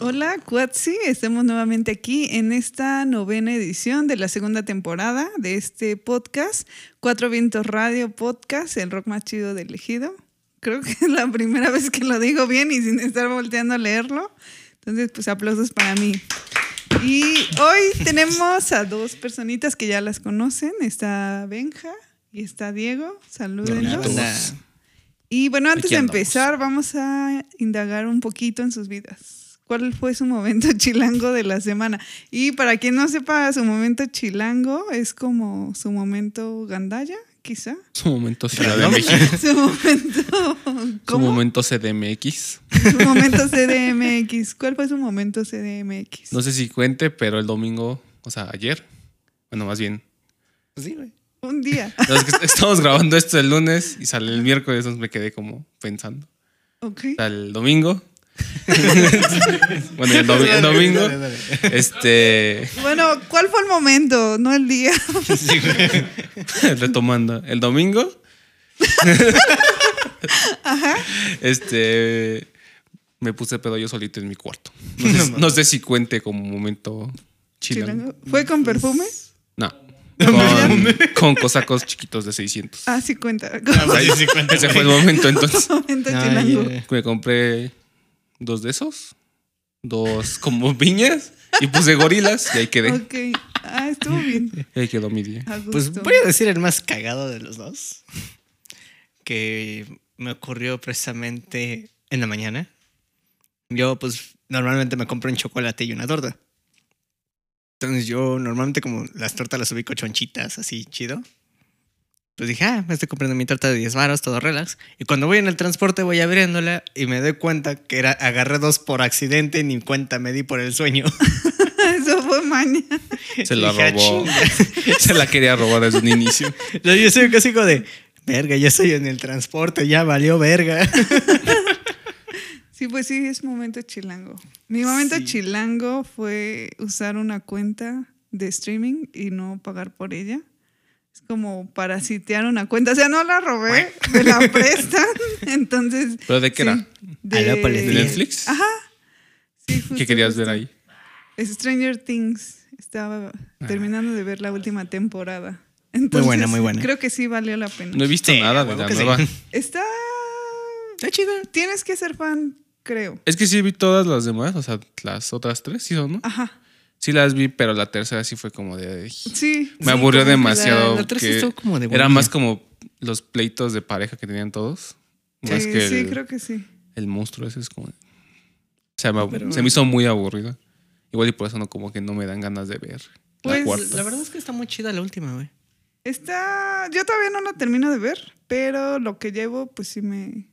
Hola, Cuatsi. Estamos nuevamente aquí en esta novena edición de la segunda temporada de este podcast, Cuatro Vientos Radio Podcast, el rock más chido del ejido. Creo que es la primera vez que lo digo bien y sin estar volteando a leerlo. Entonces, pues aplausos para mí. Y hoy tenemos a dos personitas que ya las conocen. Está Benja y está Diego. Salúdenlos. Hola. Y bueno, antes Aquí de andamos. empezar, vamos a indagar un poquito en sus vidas. ¿Cuál fue su momento chilango de la semana? Y para quien no sepa, su momento chilango es como su momento gandaya, quizá. Su momento CDMX. CDMX. Su momento. Su ¿Cómo? momento CDMX. Su momento CDMX. ¿Cuál fue su momento CDMX? No sé si cuente, pero el domingo, o sea, ayer. Bueno, más bien. Pues Sí, güey. Un día. no, es que Estamos grabando esto el lunes y sale el miércoles, entonces me quedé como pensando. Ok. Ah. O sea, el domingo. bueno, el, domi- el domingo. Dale, dale. Este. Bueno, ¿cuál fue el momento? No el día. retomando. El domingo. Este. Me puse pedo yo solito en mi cuarto. No sé, no sé si cuente como momento chilango. Chilango. ¿Fue con Pues perfume? No. Con, con cosacos chiquitos de 600. Ah, sí cuenta. Ah, Como pues sí, sí, cuenta, Ese güey. fue el momento entonces. momento Ay, chilango. eh. Me compré dos de esos. Dos como piñas. Y puse gorilas. Y ahí quedé. Ok. Ah, estuvo bien. Y ahí quedó mi día. A gusto. Pues voy a decir el más cagado de los dos. Que me ocurrió precisamente en la mañana. Yo, pues, normalmente me compro un chocolate y una torta. Entonces yo normalmente como las tortas las ubico chonchitas, así chido. Pues dije, ah, me estoy comprando mi torta de 10 varos, todo relax. Y cuando voy en el transporte voy abriéndola y me doy cuenta que era, agarré dos por accidente y ni cuenta me di por el sueño. Eso fue maña. Se la Dije, "Ah, robó. chinga". Se la quería robar desde un inicio. No, yo soy casi como de, verga, ya estoy en el transporte, ya valió verga. Sí, pues sí, es momento chilango. Mi momento Sí. chilango fue usar una cuenta de streaming y no pagar por ella. Es como parasitear una cuenta. O sea, no la robé, me la prestan. Entonces. ¿Pero de qué era? Alópolis. ¿De Netflix? Ajá. Sí, justo, ¿Qué querías justo. ver ahí? Ah. Stranger Things. Estaba terminando de ver la última temporada. Entonces, buena, muy buena. Creo que sí valió la pena. No he visto Sí, nada a de huevo la que sí. nueva. Está. Está chida. Tienes que ser fan, creo. Es que sí vi todas las demás, o sea, las otras tres sí son, ¿no? Ajá. Sí las vi, pero la tercera sí fue como de... "Ay". Sí. Me aburrió como que la- demasiado. la tres que estuvo como de era buena. más como los pleitos de pareja que tenían todos. Más Sí, que sí, el, creo que sí. el monstruo ese es como... O sea, me, abu- se me hizo muy aburrido. Igual y por eso no como que no me dan ganas de ver Pues, la cuarta. La verdad es que está muy chida la última, güey. Está. Yo todavía no la termino de ver, pero lo que llevo, pues sí me,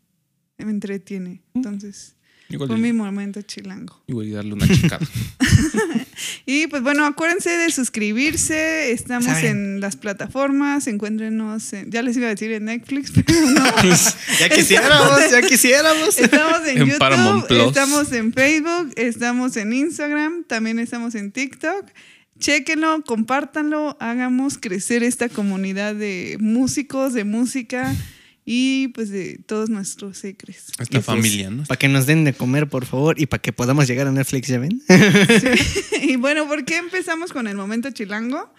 me entretiene. Entonces, igual, fue y- mi momento chilango. igual y darle una checada. Y pues bueno, acuérdense de suscribirse. Estamos Saben. en las plataformas. Encuéntrenos. en- ya les iba a decir en Netflix, pero no. Pues, Ya quisiéramos, ya quisiéramos. Estamos en, En YouTube, Paramount Plus. estamos en Facebook, estamos en Instagram, también estamos en TikTok. Chéquenlo, compártanlo, hagamos crecer esta comunidad de músicos, de música y pues de todos nuestros secres. pues, Esta familia, ¿no? Para que nos den de comer, por favor, y para que podamos llegar a Netflix, ¿ya ven? Y bueno, ¿por qué empezamos con el momento chilango?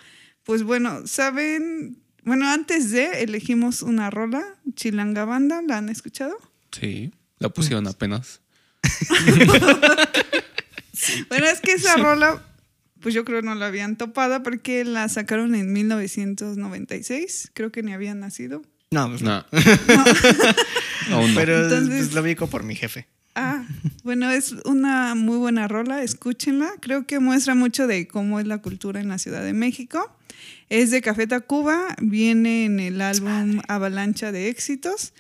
Pues bueno, saben, bueno, antes de elegimos una rola, Chilanga Banda, ¿la han escuchado? Sí, la pusieron apenas. Bueno, es que esa rola, pues yo creo no la habían topada porque la sacaron en 1996. Creo que ni habían nacido. No, pues no. No. Aún no. Pero Entonces- pues, lo ubico por mi jefe. Ah, bueno, es una muy buena rola, escúchenla. Creo que muestra mucho de cómo es la cultura en la Ciudad de México. Es de Café Tacuba, viene en el álbum Avalancha de Éxitos.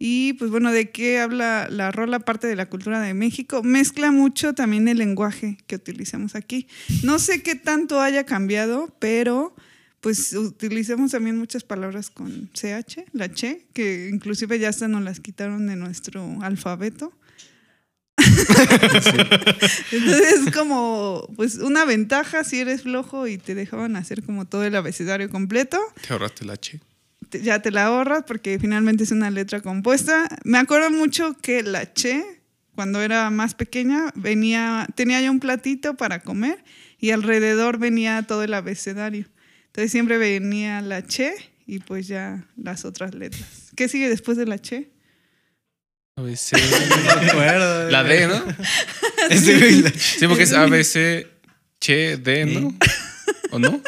Y pues bueno, ¿de qué habla la rola parte de la cultura de México? Mezcla mucho también el lenguaje que utilizamos aquí. No sé qué tanto haya cambiado, pero pues utilizamos también muchas palabras con CH, la Che, que inclusive ya hasta nos las quitaron de nuestro alfabeto. Entonces es como pues una ventaja si eres flojo y te dejaban hacer como todo el abecedario completo Te ahorraste la che. te- ya te la ahorras porque finalmente es una letra compuesta. Me acuerdo mucho que la Che cuando era más pequeña, venía, tenía yo un platito para comer y alrededor venía todo el abecedario. Entonces siempre venía la Che y pues ya las otras letras. ¿Qué sigue después de la Che? ABC. No me acuerdo. La D, ¿no? Ese güey, la- Sí, porque es ABC, Che, D, ¿no? ¿O no?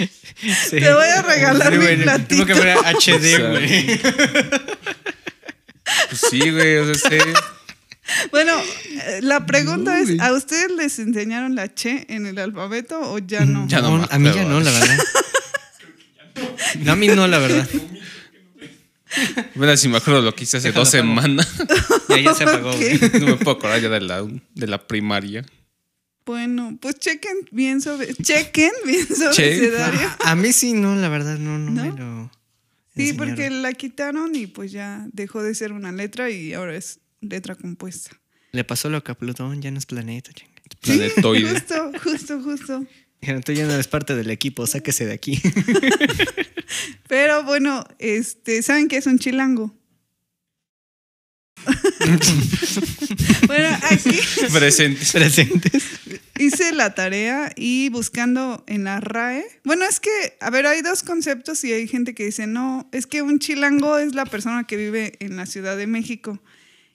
sí. Te voy a regalar mi güey, platito. Tengo que ver HD, güey. Pues sí, güey, o sea, C. Bueno, eh, la pregunta Uy. es, ¿a ustedes les enseñaron la Che en el alfabeto o ya no? Mm, Ya no me a mí ya acuerdo. no, la verdad. No, a mí no, la verdad. Bueno, si me acuerdo lo que hice hace Déjalo, dos apago. semanas. Ya, ya se apagó, Ok. güey. No me puedo acordar ya de la, de la primaria. Bueno, pues chequen bien sobre, chequen bien sobre Che. abecedario. A mí sí, no, la verdad, no, no, me ¿No? lo. Sí, enseñaron. porque la quitaron y pues ya dejó de ser una letra y ahora es letra compuesta. Le pasó lo que a Plutón, ya no es planeta, chinga. Planetoide. Justo, justo, justo. Dijeron, tú ya no eres parte del equipo, sáquese de aquí. Pero bueno, este, ¿saben qué es un chilango? bueno, aquí Presente. Presentes. hice la tarea y buscando en la RAE. Bueno, es que, a ver, hay dos conceptos y hay gente que dice, no, es que un chilango es la persona que vive en la Ciudad de México.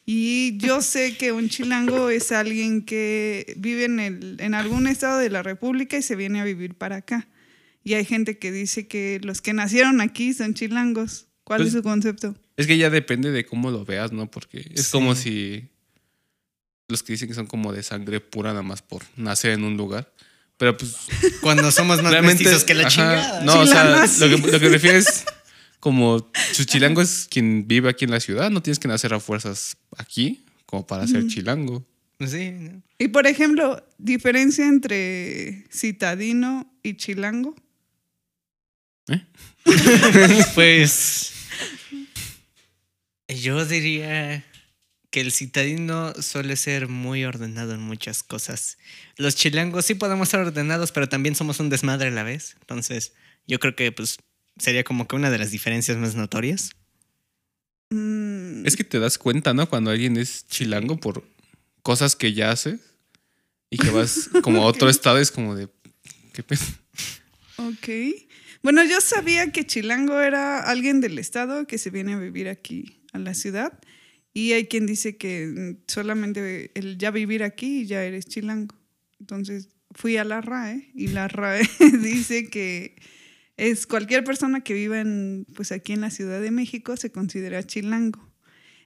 Y yo sé que un chilango es alguien que vive en, el, en algún estado de la República y se viene a vivir para acá. Y hay gente que dice que los que nacieron aquí son chilangos. ¿Cuál es Pues- su concepto? Es que ya depende de cómo lo veas, ¿no? Porque es Sí. como si los que dicen que son como de sangre pura nada más por nacer en un lugar. Pero pues Cuando somos más realmente... mestizos que la ajá, chingada. No, o sea, Chilangas, lo que, sí. lo que me refiero es como su chilango es quien vive aquí en la ciudad. No tienes que nacer a fuerzas aquí como para ser chilango. Sí, ¿no? Y por ejemplo, diferencia entre citadino y chilango. Pues yo diría que el citadino suele ser muy ordenado en muchas cosas. Los chilangos sí podemos ser ordenados, pero también somos un desmadre a la vez. Entonces, yo creo que pues sería como que una de las diferencias más notorias. Mm, Es que te das cuenta, ¿no? Cuando alguien es chilango por cosas que ya hace y que vas como a otro estado es como de... ¿Qué pedo? Ok. Bueno, yo sabía que Chilango era alguien del estado que se viene a vivir aquí a la ciudad. Y hay quien dice que mm, solamente el ya vivir aquí ya eres chilango. Entonces fui a la RAE y la RAE dice que es cualquier persona que viva en, pues aquí en la Ciudad de México se considera chilango.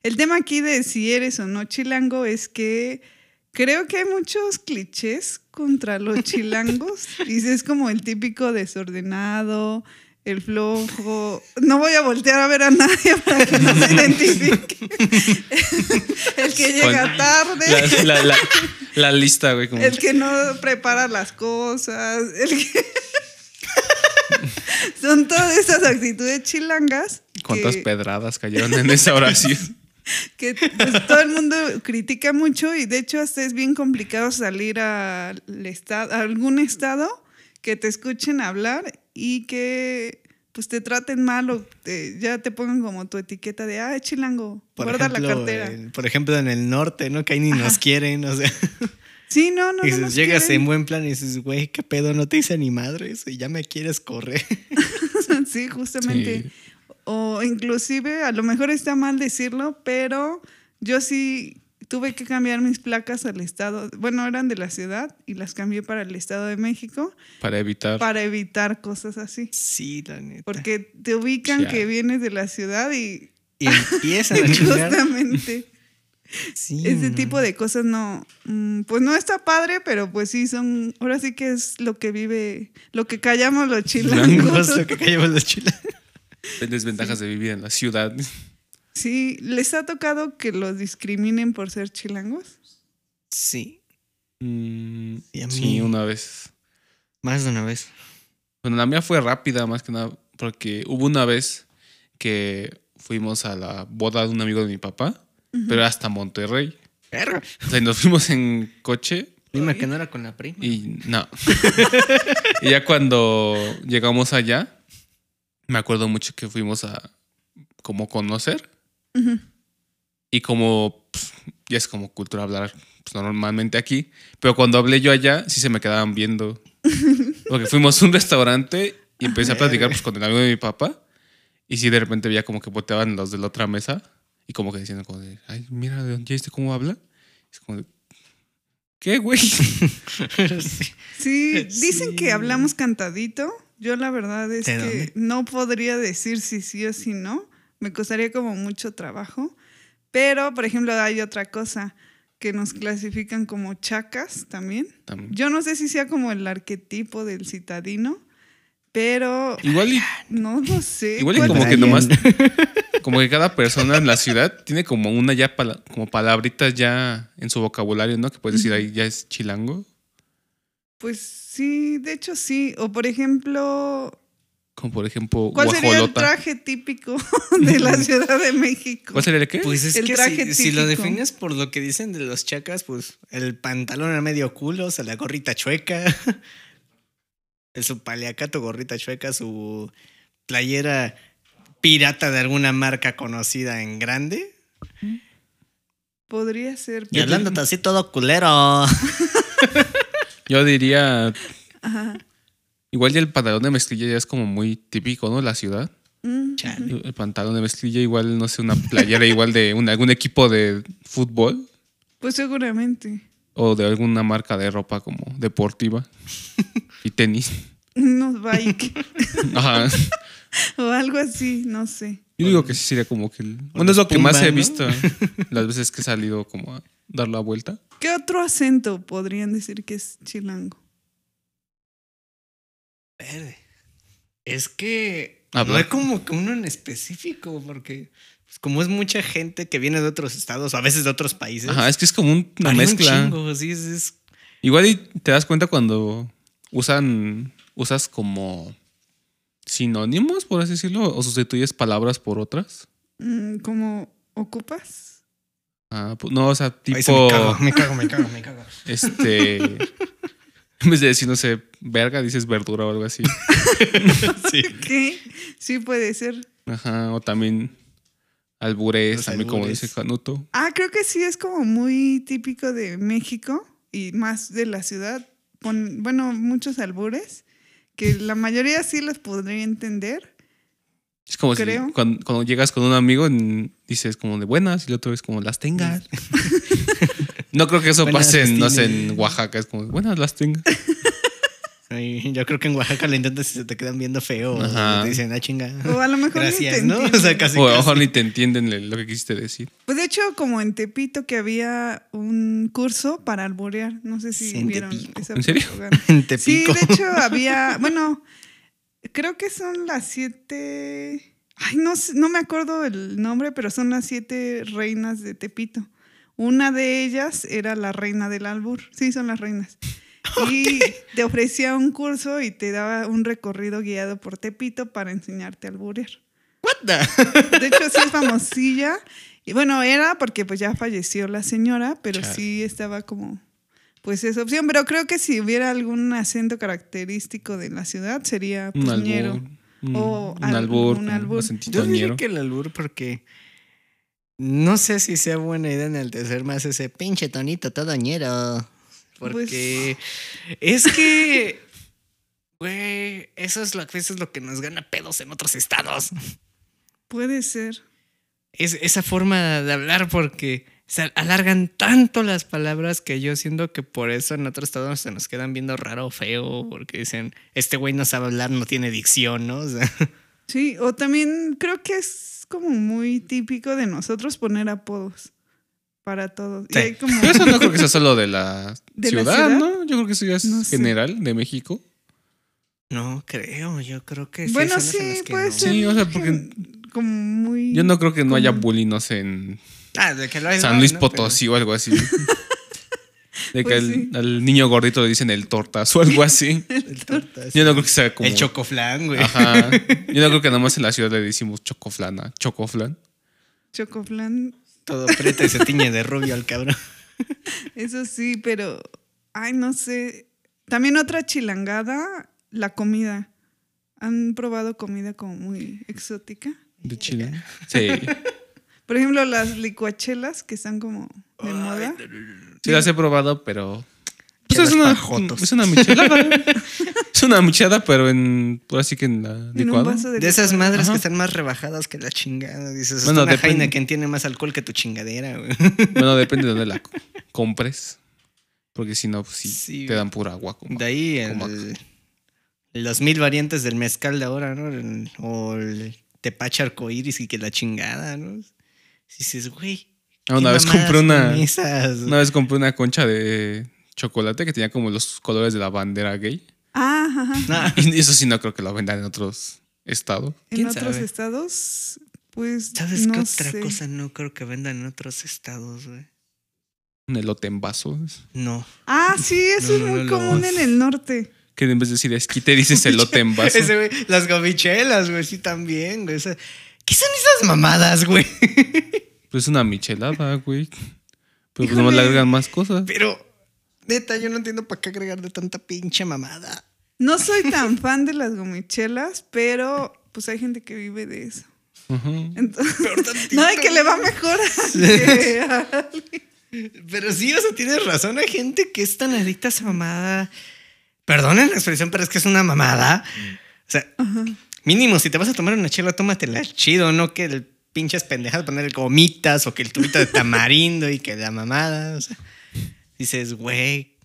El tema aquí de si eres o no chilango es que Creo que hay muchos clichés contra los chilangos. Dices es como el típico desordenado, el flojo. No voy a voltear a ver a nadie para que no se identifique. El que llega Con- tarde, La, la- la- la lista, güey. Como, el que no prepara las cosas, el que... Son todas esas actitudes chilangas. ¿Cuántas que- pedradas cayeron en esa oración? que pues, todo el mundo critica mucho y de hecho hasta es bien complicado salir al esta- a algún estado que te escuchen hablar y que pues te traten mal o te- ya te pongan como tu etiqueta de, ah, es chilango, guarda la cartera. en- por ejemplo, en el norte, ¿no? Que ahí ni nos quieren, o sea, Sí, no, no. no y dices, nos llegas quieren. en buen plan y dices, güey, qué pedo, no te hice ni madres y ya me quieres correr. sí, justamente. Sí. O inclusive, a lo mejor está mal decirlo, pero yo sí tuve que cambiar mis placas al estado, bueno, eran de la ciudad y las cambié para el estado de México. Para evitar. para evitar cosas así. Sí, la neta. Porque te ubican Chale. que vienes de la ciudad y Y empiezan a chingar. Mm. justamente Sí, ese no. tipo de cosas no, mm, pues no está padre, pero pues sí son, ahora sí que es lo que vive, lo que callamos los chilangos. Langosto que cayó en los chiles. Desventajas de vivir en la ciudad. Sí, ¿les ha tocado que los discriminen por ser chilangos? Sí, Mm, Y a mí- sí, una vez. más de una vez. Bueno, la mía fue rápida, más que nada, porque hubo una vez que fuimos a la boda de un amigo de mi papá, pero hasta Monterrey. Perro. O sea, y nos fuimos en coche Dime que no era con la prima. Y no. y ya cuando llegamos allá, me acuerdo mucho que fuimos a como conocer. Y como pf, ya es como cultura hablar pues, normalmente aquí, pero cuando hablé yo allá sí se me quedaban viendo. Porque fuimos a un restaurante y empecé a platicar pues, con el amigo de mi papá y sí de repente veía como que boteaban los de la otra mesa y como que diciendo como de, ay, mira, ¿ya viste cómo habla? Es como de, ¿qué, güey? Sí. Sí, dicen Sí. que hablamos cantadito. Yo la verdad es ¿De que dónde? no podría decir si sí o si no. Me costaría como mucho trabajo. Pero, por ejemplo, hay otra cosa que nos clasifican como chacas también. También. Yo no sé si sea como el arquetipo del citadino, pero Igual y, no lo sé. igual y ¿Cuál- como que Brian. nomás, como que cada persona en la ciudad tiene como una ya, pala- como palabritas ya en su vocabulario, ¿no? Que puedes decir ahí ya es chilango. Pues sí, de hecho sí. O por ejemplo, Como por ejemplo, ¿cuál sería el guajolota. traje típico de la Ciudad de México? ¿Cuál sería el qué? Pues es El que traje si, si típico. lo defines por lo que dicen de los chacas, pues el pantalón a medio culo, o sea, la gorrita chueca, su paliacato gorrita chueca, su playera pirata de alguna marca conocida en grande. Podría ser. Y hablándote así todo culero. Yo diría, Ajá. igual ya el pantalón de mezclilla ya es como muy típico, ¿no? La ciudad. Mm. Chale. El pantalón de mezclilla igual, no sé, una playera igual de un- algún equipo de fútbol Pues seguramente. o de alguna marca de ropa como deportiva y tenis. Unos bike Ajá. o algo así, no sé. Yo digo que sí sería como que... el- o bueno, es los lo que más Puma, he ¿no? visto ¿eh? las veces que he salido como a dar la vuelta. ¿Qué otro acento podrían decir que es chilango? Verde. Es que no Habla. es como que uno en específico, porque pues, como es mucha gente que viene de otros estados, o a veces de otros países. Ajá, es que es como un- una varía un mezcla. chingo, sí, es- es Igual y te das cuenta cuando usan, usas como sinónimos, por así decirlo, o sustituyes palabras por otras. Mm, ¿Cómo ocupas? Ah, pu- no, o sea, tipo, Ay, se me cago, me cago, me cago, me cago. este, en vez de decir, no sé, verga, dices verdura o algo así. Sí. ¿Qué? Sí puede ser. Ajá, o también albures, Los también como albures. dice Canuto. Ah, creo que sí es como muy típico de México y más de la ciudad. Pon- bueno, muchos albures que la mayoría sí los podría entender. Es como Creo. si cuando, cuando llegas con un amigo mm, dices como de buenas y el otro es como las tengas. no creo que eso Buenas pase en, las no sé, en tienes. Oaxaca, es como buenas las tengas. Ay, yo creo que en Oaxaca lo intentas y se te quedan viendo feo. o Ajá. Te dicen, ah, chinga. O a lo mejor ni Gracias, te ¿no? O entienden. sea, casi. o a lo casi. mejor ni te entienden le- lo que quisiste decir. Pues de hecho, como en Tepito que había un curso para alborear, no sé si Sí, en vieron Tepico. esa ¿En serio? propaganda. Te Sí, pico. de hecho había, bueno, creo que son las siete, ay, no, sé- no me acuerdo el nombre, pero son las siete reinas de Tepito. Una de ellas era la reina del albur, sí, son las reinas. Y te ofrecía un curso y te daba un recorrido guiado por Tepito para enseñarte a alburear. What the- De hecho, sí es famosilla. Y bueno, era porque pues ya falleció la señora, pero Chale. sí estaba como, pues esa opción. Pero creo que si hubiera algún acento característico de la ciudad sería Un puñero. albur. Un, Pues O un al- albur. un Un albur. acentito Yo diría ñero. que el albur porque no sé si sea buena idea enaltecer más ese pinche tonito todo ñero. Pues Porque es que, güey, eso es lo, eso es lo que nos gana pedos en otros estados. Puede ser. es esa forma de hablar porque se alargan tanto las palabras que yo siento que por eso en otros estados se nos quedan viendo raro o feo porque dicen, este güey no sabe hablar, no tiene dicción, ¿no? O sea, Sí, o también creo que es como muy típico de nosotros poner apodos para todos. Y Sí. hay como- Pero eso no creo que sea solo de la, ¿De la ciudad, ciudad? ¿no? Yo creo que eso ya es No sé. general de México. no creo, yo creo que sí. bueno, hay zonas en sí, las que puede no. ser. Sí, o sea, porque- gen- Como muy... Yo no creo que no haya Como- bullying, no sé, en Ah, de que lo hay, San no, Luis no, pero- Potosí o algo así. De que Pues al, sí. al niño gordito le dicen el tortas o algo así. El, tortas. Yo no creo que sea como. El chocoflán, güey. Este, Ajá. Yo no creo que nada más en la ciudad le decimos chocoflana. Chocoflan. Chocoflan, Todo preto y se tiñe de rubio al cabrón. Eso sí, pero, ay, no sé. También otra chilangada, la comida. ¿Han probado comida como muy exótica? De Chile. Sí. Por ejemplo, las licuachelas que están como de moda. Sí, las he probado, pero. Pues Chelas es una, pajotos. es una michelada. es una michelada, pero en. Por así que en la En un licuado. vaso de, De esas licuado. madres Ajá. que están más rebajadas que la chingada. Dices, Bueno, bueno, una depende. Heineken tiene más alcohol que tu chingadera, güey. Bueno, depende de dónde la co- compres. Porque si no, pues sí, Sí, te güey. dan pura agua. como- De ahí el- como- las mil variantes del mezcal de ahora, ¿no? El- o el tepache arcoíris y que la chingada, ¿no? Si dices, güey. Ah, una ¿qué vez mamadas compré una- con esas? Una vez compré una concha de chocolate que tenía como los colores de la bandera gay. Ah, ajá, ajá. No, Y eso sí no creo que lo vendan en otros estados. En ¿Quién otros sabe? estados, pues. ¿Sabes no qué otra sé. cosa no creo que vendan en otros estados, güey? Un elote en vasos. No. Ah, sí, eso No, es no, muy no, común no. en el norte. Que en vez de decir esquite, dices elote en vaso. Ese, güey, las gomichelas, güey, sí también, güey. Esa- ¿Qué son esas mamadas, güey? Pues una michelada, güey. Pero pues Híjole. nomás le agregan más cosas. Pero, neta, yo no entiendo para qué agregarle tanta pinche mamada. No soy tan fan de las gomichelas, pero pues hay gente que vive de eso. Ujú. Entonces- Peor tantito. no, y que le va mejor. a- que a- Pero sí, o sea, tienes razón. Hay gente que es tan adicta a esa mamada. Perdonen la expresión, pero es que es una mamada. O sea, mínimo, si te vas a tomar una chela, tómatela chido, no que el pinches pendejas poner gomitas o que el tubito de tamarindo y que la mamada. O sea, dices, güey,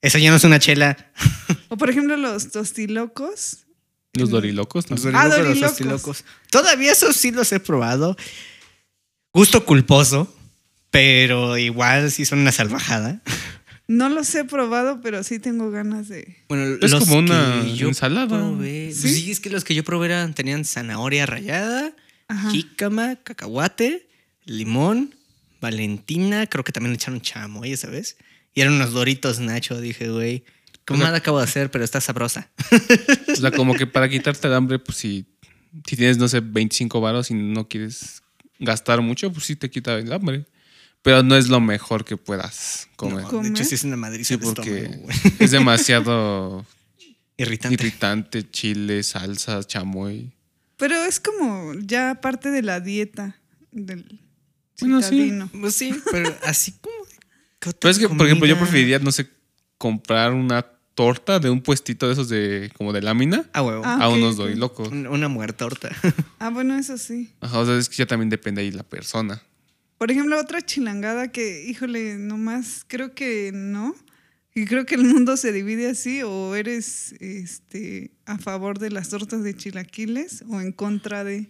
eso ya no es una chela. O por ejemplo, los tostilocos. Los dorilocos, ¿no? Los dorilocos, los dorilocos. tostilocos. Todavía esos sí los he probado. Gusto culposo, pero igual sí son una salvajada. No los he probado, pero sí tengo ganas de. Bueno, Es los como una que yo ensalada. probé- pues ¿Sí? ¿Sí? es que los que yo probé eran- tenían zanahoria rallada, Ajá. jícama, cacahuate, limón, valentina, creo que también le echaron chamoy esa vez. Y eran unos doritos nacho, dije, güey, qué mal acabo de hacer, pero está sabrosa. O sea, como que para quitarte el hambre, pues si, si tienes, no sé, 25 varos y no quieres gastar mucho, pues sí te quita el hambre. Pero no es lo mejor que puedas comer. No, de ¿Comer? hecho, sí es una madriza Sí, de porque estómago, güey. es demasiado Irritante. irritante, chile, salsa, chamoy. Pero es como ya parte de la dieta del Bueno, sí. citadino. Pues sí, pero así como... ¿qué otra Pero es que, por ejemplo, yo comida? preferiría, no sé, comprar una torta de un puestito de esos de como de lámina Ah, huevo. Ah. a ok, unos ok. dorilocos. Un- Una muerta horta. Ah, bueno, eso sí. Ajá, o sea, es que ya también depende ahí la persona. Por ejemplo, otra chilangada que, híjole, nomás creo que no. Y creo que el mundo se divide así, o eres este, a favor de las tortas de chilaquiles o en contra de...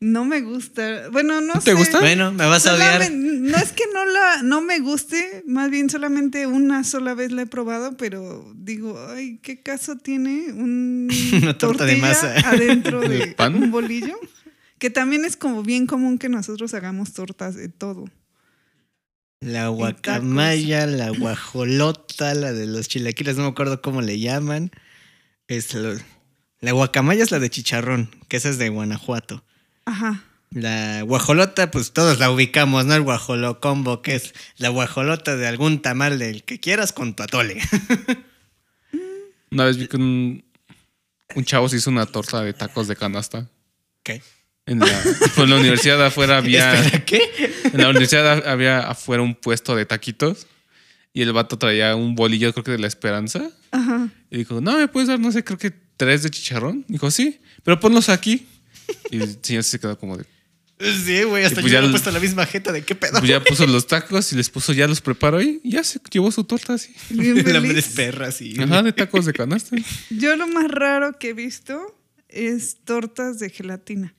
No me gusta. Bueno, no ¿No te sé. gusta? bueno, me vas a Solamente- odiar. No es que no la no me guste, más bien solamente una sola vez la he probado, pero digo, ay, ¿qué caso tiene un Una torta de tortilla masa. adentro de ¿De pan? un bolillo? Que también es como bien común que nosotros hagamos tortas de todo. La guacamaya, la guajolota, la de los chilaquiles, no me acuerdo cómo le llaman. Es lo- la guacamaya es la de chicharrón, que esa es de Guanajuato. Ajá. La guajolota, pues todos la ubicamos, ¿no? El guajolocombo, que es la guajolota de algún tamal del que quieras con tu atole. Una vez vi que un, un chavo se hizo una torta de tacos de canasta. ¿Qué? En la, pues, en la universidad de afuera había. Espera, ¿qué? En la universidad a- había afuera un puesto de taquitos. Y el vato traía un bolillo, creo que de la esperanza. Ajá. Y dijo, no, me puedes dar, no sé, creo que tres de chicharrón. Dijo, sí, pero ponlos aquí. Y el señor se quedó como de. Sí, güey, hasta Y pues yo ya le he el- puesto la misma jeta de qué pedo. Pues ya puso los tacos y les puso, ya los preparo ahí. Y ya se llevó su torta así. Bien la feliz. madre perra, sí. Ajá, de tacos de canasta. Yo lo más raro que he visto es tortas de gelatina.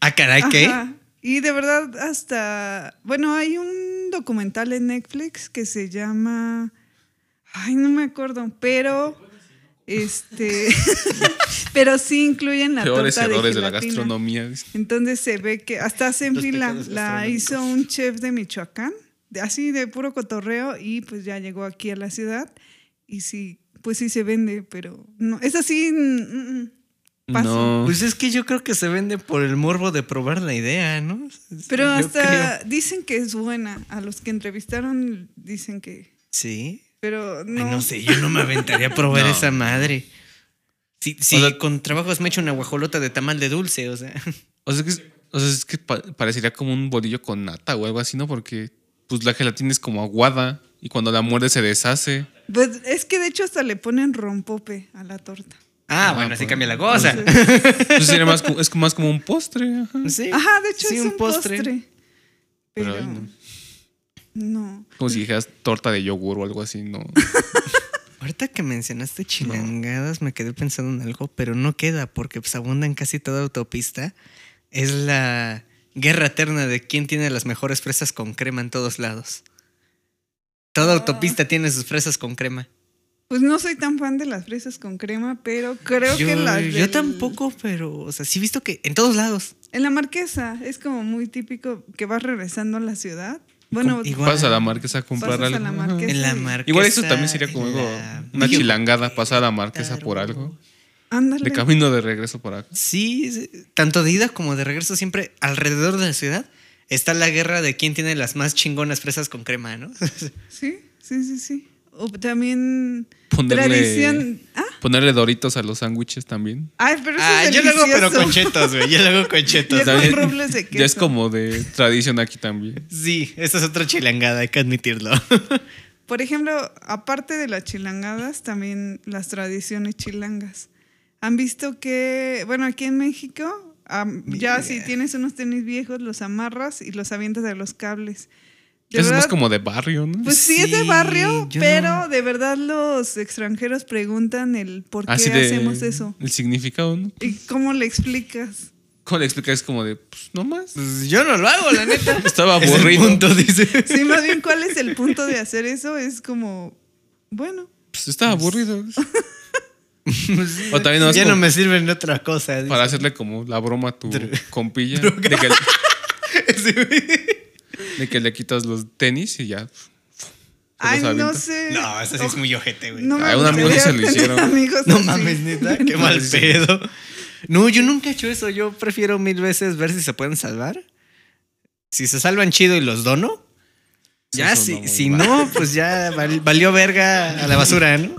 Ah, caray, ¿qué? Ajá. Y de verdad, hasta. Bueno, hay un documental en Netflix que se llama. Ay, no me acuerdo, pero. Este. pero sí incluyen la Peores torta errores de, de, la gelatina. gastronomía. Entonces se ve que hasta hacen Los fila. pecados La gastronómicos. hizo un chef de Michoacán, de- así de puro cotorreo, y pues ya llegó aquí a la ciudad. Y sí, pues sí se vende, pero no. Es así. mm, mm, Paso. No. Pues es que yo creo que se vende por el morbo de probar la idea, ¿no? Pero Yo creo. hasta dicen que es buena. A los que entrevistaron dicen que. Sí. Pero Ay, no. No. sé, yo no me aventaría a probar No. esa madre. Si, si O sea- con trabajos me echo una guajolota de tamal de dulce, o sea. O sea, es que, o sea, es que pa- parecería como un bolillo con nata o algo así, ¿no? Porque pues la gelatina es como aguada y cuando la muerde se deshace. Pues es que de hecho hasta le ponen rompope a la torta. Ah, Ah, bueno, así pues, cambia la cosa. Entonces sería más, como- es como- más como un postre. ajá. Sí. Ajá, de hecho Sí, es un postre. Pero, Pero, ay, no. no. Como si dijeras torta de yogur o algo así, no. Ahorita que mencionaste chilangadas, me quedé pensando en algo, pero no queda porque pues abunda en casi toda autopista. Es la guerra eterna de quién tiene las mejores fresas con crema en todos lados. Ah. Toda autopista tiene sus fresas con crema. Pues no soy tan fan de las fresas con crema, pero creo yo, que las yo del- tampoco, pero, o sea, sí he visto que en todos lados. En la marquesa es como muy típico que vas regresando a la ciudad. Bueno, Con- igual- Pasas a la marquesa a comprar Pasas a algo. la ajá. marquesa. En la sí. marquesa. Igual eso también sería como en algo, la- una Digo, chilangada, pasar a la marquesa por algo. ándale. De camino de regreso por acá. Sí, sí, tanto de ida como de regreso, siempre alrededor de la ciudad está la guerra de quién tiene las más chingonas fresas con crema, ¿no? Sí, sí, sí, sí. O también Ponerle- tradición. Ah, Ponerle doritos a los sándwiches también. ay, pero eso ah, es yo lo hago, pero con delicioso. chetos, güey. Yo lo hago con chetos. Ya ¿sabes? con robles de Ya es queso. como de tradición aquí también. Sí, esta es otra chilangada, hay que admitirlo. Por ejemplo, aparte de las chilangadas, también las tradiciones chilangas. Han visto que, bueno, aquí en México, am, ya Mira. si tienes unos tenis viejos, los amarras y los avientas de los cables. De Eso es más verdad, como de barrio, ¿no? Pues sí, es de Sí, barrio, yo pero no- de verdad los extranjeros preguntan el por qué Ah, Así de- hacemos eso. El significado, ¿no? ¿Y cómo le explicas? ¿Cómo le explicas? Es como de, pues no más. Pues yo no lo hago, la neta. Estaba Es el aburrido. punto, dice. Sí, más bien, ¿cuál es el punto de hacer eso? Es como, bueno, Pues estaba aburrido. O también nomás pues, ya como no me sirven otra cosa. dice. para hacerle como la broma a tu compilla. De Droga. que, le- Sí, güey. de que le quitas los tenis y ya. Pues ay, no avienta. sé. no, esa sí es muy ojete, güey. No No, me Ay, un amigo gustaría se lo tener hicieron. amigos así. mames, neta, qué mal Sí, sí. pedo. No, yo nunca he hecho eso. Yo prefiero mil veces ver si se pueden salvar. Si se salvan chido y los dono. Ya, Eso si, sonó muy si mal. no, pues ya val- valió verga a la basura, ¿no?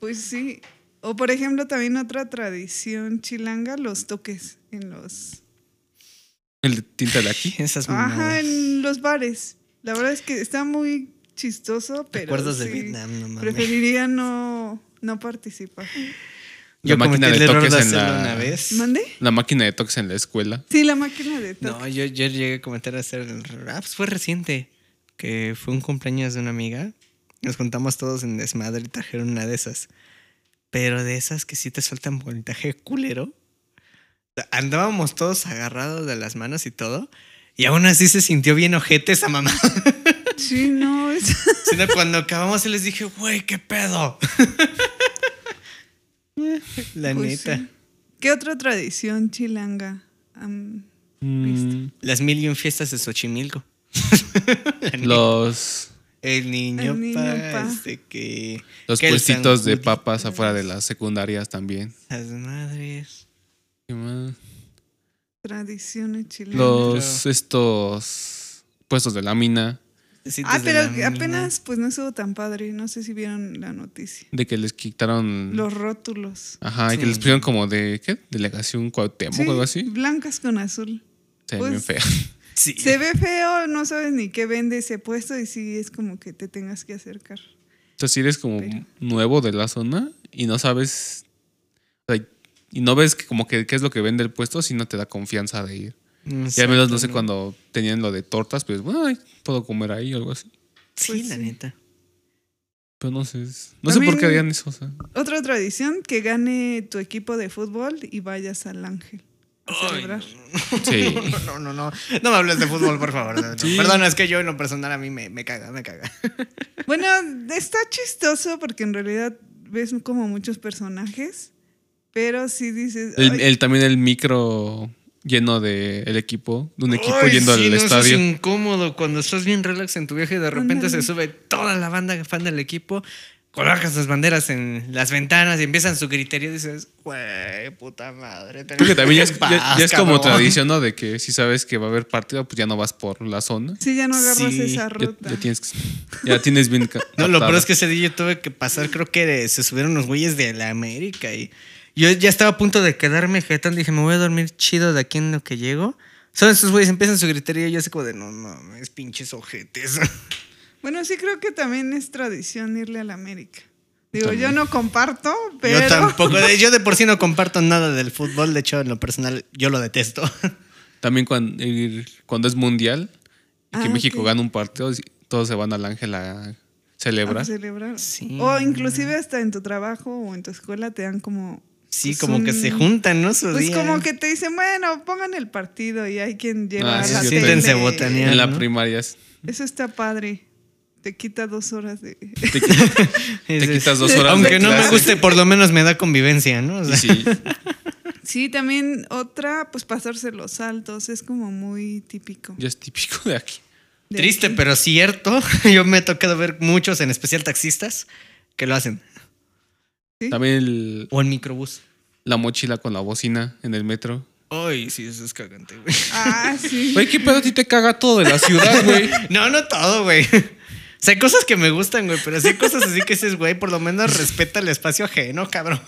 Pues sí. O por ejemplo, también otra tradición chilanga, los toques en los. El de tinta de aquí. Esas Ajá, mamadas. en los bares. La verdad es que está muy chistoso, pero. Recuerdos de sí, Vietnam, no mames. Preferiría no, no participar. La máquina cometí de el error toques en hacerlo la- una vez. ¿Mandé? La máquina de toques en la escuela. Sí, la máquina de toques. No, yo, yo llegué a comentar hacer el error. Ah, pues fue reciente. Que fue un cumpleaños de una amiga. Nos juntamos todos en desmadre y trajeron una de esas. Pero de esas que sí te sueltan voltaje culero. O sea, Andábamos todos agarrados de las manos y todo. Y aún así se sintió bien ojete esa mamá. Sí, no, es. Sino cuando acabamos y les dije, güey, qué pedo. La Pues neta. sí. ¿Qué otra tradición chilanga? Am, Mm, Las mil y un fiestas de Xochimilco. los El niño, El niño pa, pa. este que. los que el puestitos de sándwich, papas afuera de las secundarias también. Las madres. ¿Qué más? tradiciones chilangas. Los estos puestos de lámina. Ah, Citas de pero la mina. apenas, pues no estuvo tan padre. No sé si vieron la noticia. De que les quitaron. Los rótulos. Ajá, y que Sí. les pusieron como de. ¿Qué? Delegación Cuauhtémoc Sí, o algo así. Blancas con azul. Se pues- ven bien fea. Sí. Se ve feo, no sabes ni qué vende ese puesto y sí es como que te tengas que acercar. Entonces, si eres como Pero- nuevo de la zona y no sabes. o sea, y no ves que como que qué es lo que vende el puesto, si no te da confianza de ir. Y al menos no sé cuando tenían lo de tortas, pues bueno, ay, puedo comer ahí o algo así. Sí, Pues la sí. neta. Pero no sé. es- No sé por qué También- harían eso. O sea. Otra tradición, que gane tu equipo de fútbol y vayas al ángel a celebrar. Sí. No, no, no. No me hables de fútbol, por favor. No, no. Perdona, es que yo en lo personal a mí me, me caga, me caga. Bueno, está chistoso porque en realidad ves como muchos personajes, pero sí dices... El, "Ay, el- también el micro lleno de el equipo, de un equipo Ay, yendo sí, al no, eso estadio. Es incómodo cuando estás bien relax en tu viaje y de repente Ándale. se sube toda la banda fan del equipo, colocan sus banderas en las ventanas y empiezan su gritería y dices, güey, puta madre. Creo que también ya es, tenés ya- paz, ya es como cabrón". tradición, ¿no? De que si sabes que va a haber partido, pues ya no vas por la zona. Sí, ya no agarras Sí, esa Ya, ruta. ya tienes que- ya tienes bien. ca- No, lo peor captada. es que ese día yo tuve que pasar, creo que se subieron los güeyes de la América y yo ya estaba a punto de quedarme jetón, dije, me voy a dormir chido de aquí en lo que llego. Son estos güeyes empiezan su gritería y yo sé como de no mames, pinches ojetes. Bueno, sí creo que también es tradición irle a la América. Digo, yo no comparto, pero... Yo tampoco, de- yo de por sí no comparto nada del fútbol, de hecho en lo personal yo lo detesto. También cuan- el- cuando, es mundial y que Ah, México ok. gana un partido, todos se van al ángel a celebrar. Ah, A celebrar. Sí. O inclusive hasta en tu trabajo o en tu escuela te dan como... Sí, pues, como que un- se juntan, ¿no? Su Pues día. como que te dicen, bueno, pongan el partido y hay quien lleva Ah, a sí, la sí, tele. siéntense botaneando. en la ¿no? primaria es- Eso está padre. Te quita dos horas de... te qui- Es- te quitas dos horas de Aunque no me clase. guste, por lo menos me da convivencia, ¿no? O y sea, sí, Sí, también otra, pues pasarse los saltos. Es como muy típico. ya es típico de aquí. de Triste, aquí. pero cierto. Yo me he tocado ver muchos, en especial taxistas, que lo hacen. También el- O en microbús. la mochila con la bocina en el metro. Ay, sí, eso es cagante, güey. Ah, sí. Güey, qué pedo a ti te caga todo de la ciudad, güey. No, no todo, güey. O sea, hay cosas que me gustan, güey, pero sí hay cosas así que dices, güey, por lo menos respeta el espacio ajeno, cabrón.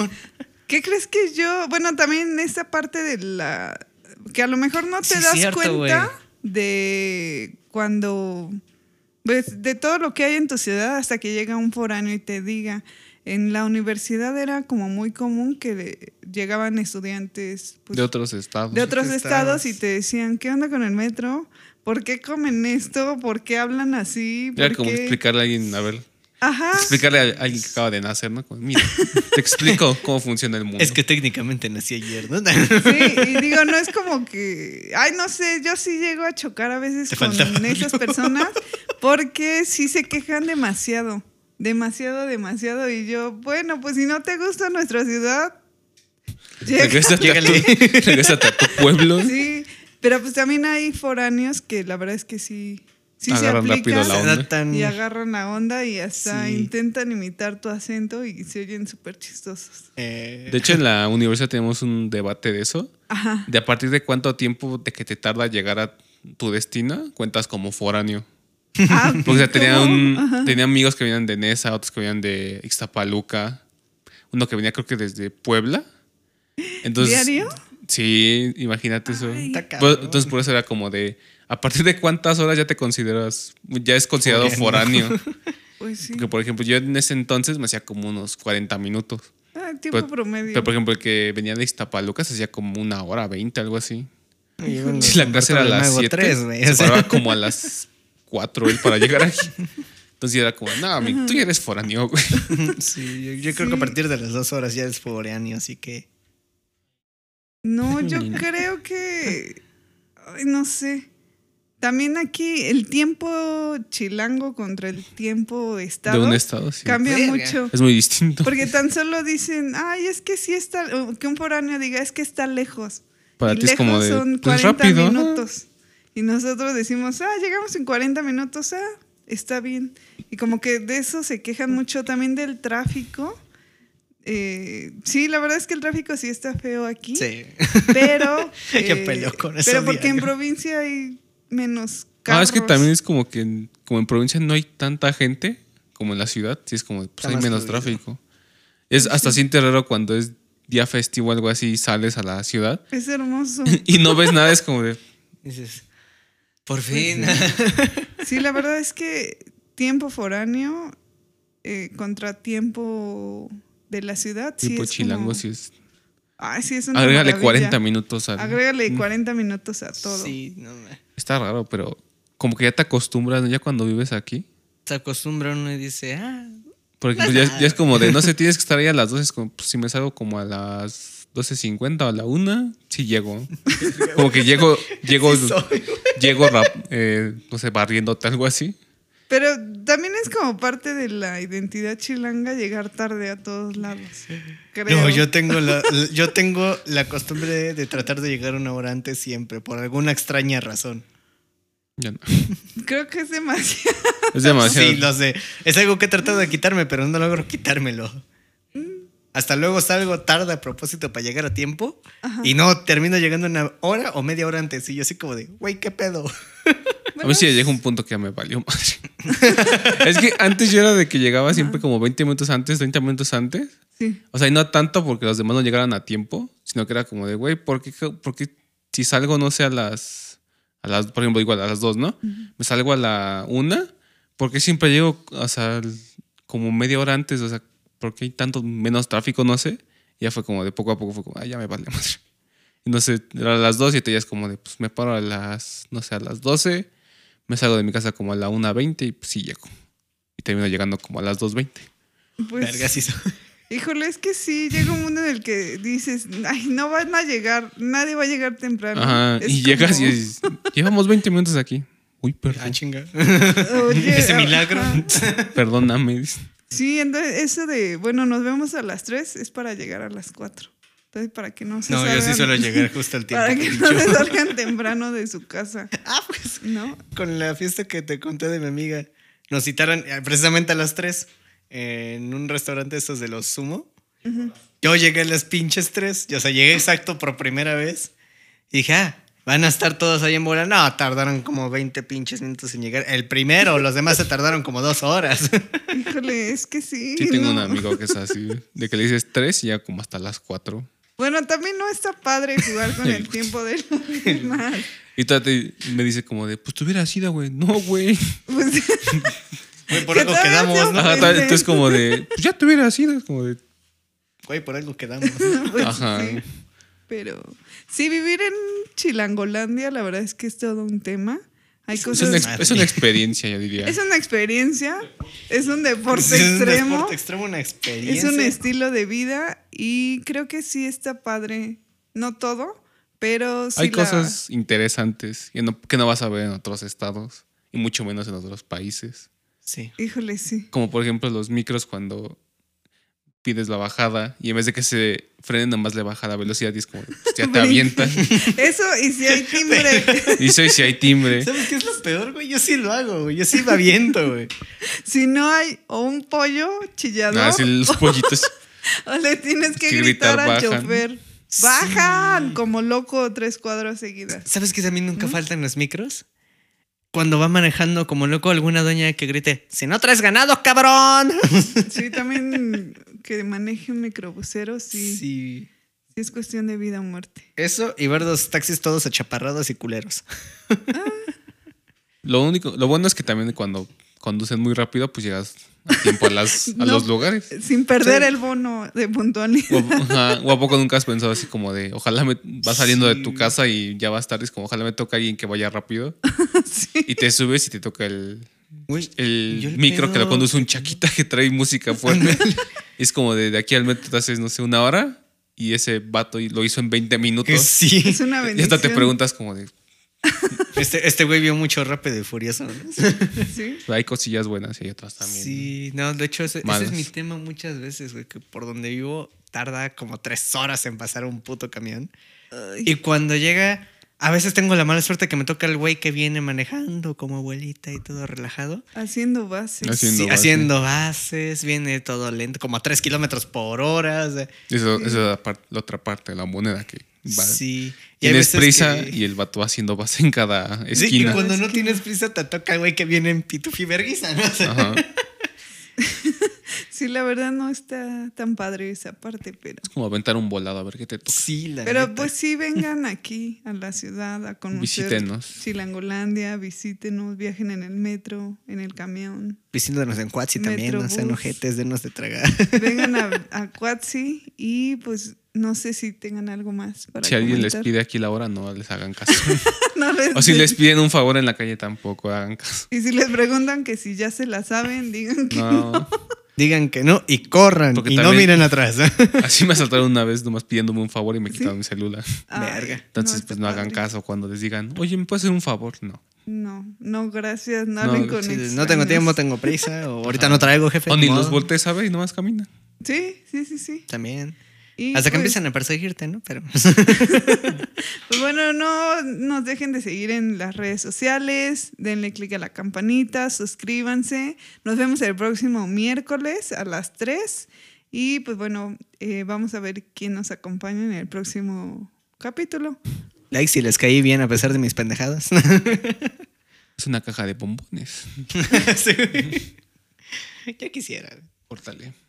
¿Qué crees que yo? Bueno, también esta parte de la. que a lo mejor no te Sí, das cierto, cuenta güey. de cuando. Pues de todo lo que hay en tu ciudad hasta que llega un foráneo y te diga. En la universidad era como muy común que le- llegaban estudiantes pues, De otros estados. de otros otros estados estados. y te decían, ¿qué onda con el metro? ¿Por qué comen esto? ¿Por qué hablan así? ¿Por Era como qué?" Ah, explicarle a alguien, a ver, Ajá. explicarle a alguien que acaba de nacer, ¿no? Como, mira, te explico cómo funciona el mundo. Es que técnicamente nací ayer, ¿no? Sí, y digo, no es como que. Ay, no sé, yo sí llego a chocar a veces Te con faltaba esas personas porque sí se quejan demasiado. Demasiado, demasiado. Y yo, bueno, pues si no te gusta nuestra ciudad, llega. Regrésate a, tu, regrésate a tu pueblo. Sí, pero pues también hay foráneos que la verdad es que sí. Sí Agarran se aplican rápido la Se onda. da tan- y agarran la onda y hasta Sí. intentan imitar tu acento y se oyen súper chistosos. Eh, De hecho, en la universidad tenemos un debate de eso. Ajá. De a partir de cuánto tiempo de que te tarda llegar a tu destino, cuentas como foráneo. Ah, ok, Porque o sea, tenía, ¿cómo? un- Ajá. tenía amigos que venían de Nesa, otros que venían de Ixtapaluca, uno que venía creo que desde Puebla. Entonces, ¿Diario? Sí, imagínate eso. Ay. Está cabrón. Pues, entonces por eso era como de, a partir de cuántas horas ya te consideras, ya es considerado Foráneo. foráneo. Pues sí. Porque por ejemplo, yo en ese entonces me hacía como unos 40 minutos. Ah, tiempo Pero- promedio. pues, Pero por ejemplo, el que venía de Ixtapaluca se hacía como una hora, 20, algo así. Y bueno, Si la clase era a Humberto del las Mago 7, tres, güey, o se sea. paraba como a las 4 él para llegar aquí. Entonces yo era como, no, amigo, tú ya eres foráneo, güey. Sí, yo, yo creo que a partir de las dos horas ya es foreáneo, así que. No, yo creo que. Ay, no sé. También aquí el tiempo chilango contra el tiempo estado De un estado, sí. cambia Verga. mucho. Es muy distinto. Porque tan solo dicen, ay, es que sí está. o Que un foráneo diga, es que está lejos. Para Y ti es como lejos de, Son pues 40 rápido. ajá. minutos. Y nosotros decimos, ah, llegamos en 40 minutos, ah, está bien. Y como que de eso se quejan mucho también del tráfico. Eh, sí, la verdad es que el tráfico sí está feo aquí. Sí. Pero. eh, Yo peleo con eso Pero porque en diario. provincia hay menos Ah, carros. es que también es como que en, como en provincia no hay tanta gente como en la ciudad. Sí, es como, pues Está hay más menos fluido. tráfico. Ah, Es hasta siente raro cuando es día festivo o algo así y sales a la ciudad Es hermoso. y no ves nada. Es como de, Dices, "Pues, por fin. Sí, la verdad es que tiempo foráneo eh, contra tiempo de la ciudad. sí tipo es chilango, como- sí es. Ay, sí, es una Agrégale maravilla. 40 minutos Mm. al. Agrégale 40 minutos a todo. Sí, no me. Está raro, pero como que ya te acostumbras, ¿no? ya cuando vives aquí. Se acostumbra uno y dice, ah, Porque pues, ya, es- ya es como de, no sé, tienes que estar ahí a las 12. es como, pues, si me salgo como a las 12.50 o a la 1, sí llego. Como que llego, llego, llego rap- eh, no sé, barriéndote, algo así. Pero también es como parte de la identidad chilanga llegar tarde a todos lados. Creo. No, yo tengo la, la- yo tengo la costumbre de, de tratar de llegar una hora antes siempre, por alguna extraña razón. Ya no. Creo que es demasiado. Es demasiado. Sí, lo sé. Es algo que he tratado de quitarme, pero no logro quitármelo. Hasta luego salgo tarde a propósito para llegar a tiempo y no termino llegando una hora o media hora antes. Y yo así como de, güey, ¿qué pedo? a mí sí llega un punto que ya me valió madre. es que antes yo era de que llegaba siempre como 20 minutos antes, 30 minutos antes. Sí. O sea, y no tanto porque los demás no llegaran a tiempo, sino que era como de, güey, ¿por qué, ¿por qué si salgo, no sé, a las a las, por ejemplo, igual a las dos, ¿no? Me salgo a la una, porque siempre llego, o sea, al- como media hora antes, o sea, porque hay tanto menos tráfico, no sé. Ya fue como de poco a poco, fue como, ah, ya me vale madre. Y no sé, era a las dos y te ya es como de, pues me paro a las, no sé, a las 12, me salgo de mi casa como a la 1.20 y pues sí llego. Y termino llegando como a las 2.20. Pues, Vergas sí son. Híjole, es que sí, llega un mundo en el que dices, ay, no van a llegar, nadie va a llegar temprano. Ajá, Es y llegas y como, dices, llevamos 20 minutos aquí. Uy, Ah, perdón, chinga. oye, Ese milagro. ajá. perdóname. Sí, entonces eso de, bueno, nos vemos a las 3 es para llegar a las 4. Entonces, para que no se No, yo sí salgan- suelo llegar justo al tiempo. Para que que no dicho. se salgan temprano de su casa, Ah, pues ¿no? con la fiesta que te conté de mi amiga. Nos citaron eh, precisamente a las 3 en un restaurante estos de los Sumo. Yo llegué a las pinches 3, o sea, llegué exacto por primera vez. Y dije, ah, van a estar todos ahí en bola. No, tardaron como 20 pinches minutos en llegar. El primero, los demás se tardaron como dos horas. Híjole, es que sí. Sí, tengo ¿no? un amigo que es así, de que le dices 3 y ya como hasta las 4. Bueno, también no está padre jugar con el tiempo de los demás. Y todavía te- me dice como de, pues tuviera sido, güey. No, güey. Pues, Güey, por Que algo todavía quedamos, sea- ¿no? Ajá, todavía- entonces como de, pues ya tuviera sido. Como de, Güey, por algo quedamos. pues Ajá. sí. Pero sí, vivir en Chilangolandia, la verdad es que es todo un tema. Hay es, una, cosas. ex- es una experiencia, yo diría. Es una experiencia, es un deporte Es un extremo, deporte extremo, una experiencia. es un estilo de vida y creo que sí está padre. No todo, pero sí Hay la- cosas interesantes que no, que no vas a ver en otros estados y mucho menos en otros países. Sí. Híjole, sí. Como por ejemplo los micros cuando pides la bajada y en vez de que se frenen, nomás le baja la velocidad y es como, pues, ya te avientan. Eso, y si hay timbre, Y soy si hay timbre. ¿Sabes qué es lo peor, güey? Yo sí lo hago, güey. Yo sí me aviento, güey. si no hay o un pollo chillador, Nada, así los pollitos. o le tienes que que gritar, Ah, gritar, al "Bajan". chofer. Bajan como loco tres cuadras seguidas. ¿Sabes que también nunca faltan los micros? Cuando va manejando como loco alguna doña que grite, si no traes ganado, cabrón. Sí, también que maneje un microbusero, sí, sí Sí. es cuestión de vida o muerte. Eso y ver los taxis todos achaparrados y culeros. Lo único, lo bueno es que también cuando conducen muy rápido, pues llegas a tiempo a, las, No. a los lugares. Sin perder Sí. el bono de puntualidad. O, ajá, o a poco nunca has pensado así como de, ojalá me vas saliendo Sí. de tu casa y ya vas tarde, es como ojalá me toque alguien que vaya rápido. Y te subes y te toca el, Güey, yo el el micro que pedo- lo conduce un chaquita que trae música fuerte. es como de, de aquí al metro te haces, no sé, una hora y ese vato y lo hizo en 20 que minutos. sí. Es una Y bendición. hasta te preguntas como de, Este, este güey vio mucho rápido y furioso. ¿no? Sí. hay cosillas buenas y hay otras también. Sí, no, de hecho, ese, ese es Malas. mi tema muchas veces, güey, que por donde vivo tarda como tres horas en pasar un puto camión. Y cuando llega, a veces tengo la mala suerte que me toca el güey que viene manejando como abuelita y todo relajado. Haciendo bases. Así. Haciendo Sí, base. haciendo bases, viene todo lento, como a tres kilómetros por hora. o sea, Eso, esa es la, par- la otra parte de la moneda que va. Sí. hay Tienes veces prisa que- y el vato va haciendo base en cada Sí, y esquina. cuando no tienes prisa te toca el güey que viene en pitufi verguiza, ¿no? O sea, Ajá. Sí, la verdad no está tan padre esa parte, pero. Es como aventar un volado a ver qué te toca. Sí, la Pero neta. pues sí, vengan aquí a la ciudad a conocer Visítenos. Chilangolandia, visítenos, viajen en el metro, en el camión. Visitándonos en Cuatsi también, no sean Metrobús. ojetes, denos de tragar. Vengan a, a Cuatzi y pues no sé si tengan algo más para Si alguien les comentar. pide aquí la hora, no les hagan caso. No les- o si les piden un favor en la calle, tampoco hagan caso. Y si les preguntan que si ya se la saben, digan que No. Digan que no y corran Porque y no también- miren atrás. Así me asaltaron una vez nomás pidiéndome un favor y me quitaron mi celular. Ay, Verga. Entonces, está pues no hagan padre. caso cuando les digan, oye, ¿me puedes hacer un favor? No. No, no, gracias, no, No, hablen con Sí, no extraños. tengo tiempo, tengo prisa, o ahorita no traigo, jefe. O ni ni los modo. voltees a ver y nomás camina. Sí, sí, sí, sí. También. Y, Hasta que pues, empiezan a perseguirte, ¿no? Pero Pues bueno, no nos dejen de seguir en las redes sociales, denle clic a la campanita, suscríbanse. Nos vemos el próximo miércoles a las 3 y pues bueno, eh, vamos a ver quién nos acompaña en el próximo capítulo. like si les caí bien a pesar de mis pendejadas. Es una caja de bombones. Sí. Yo quisiera. Córtale.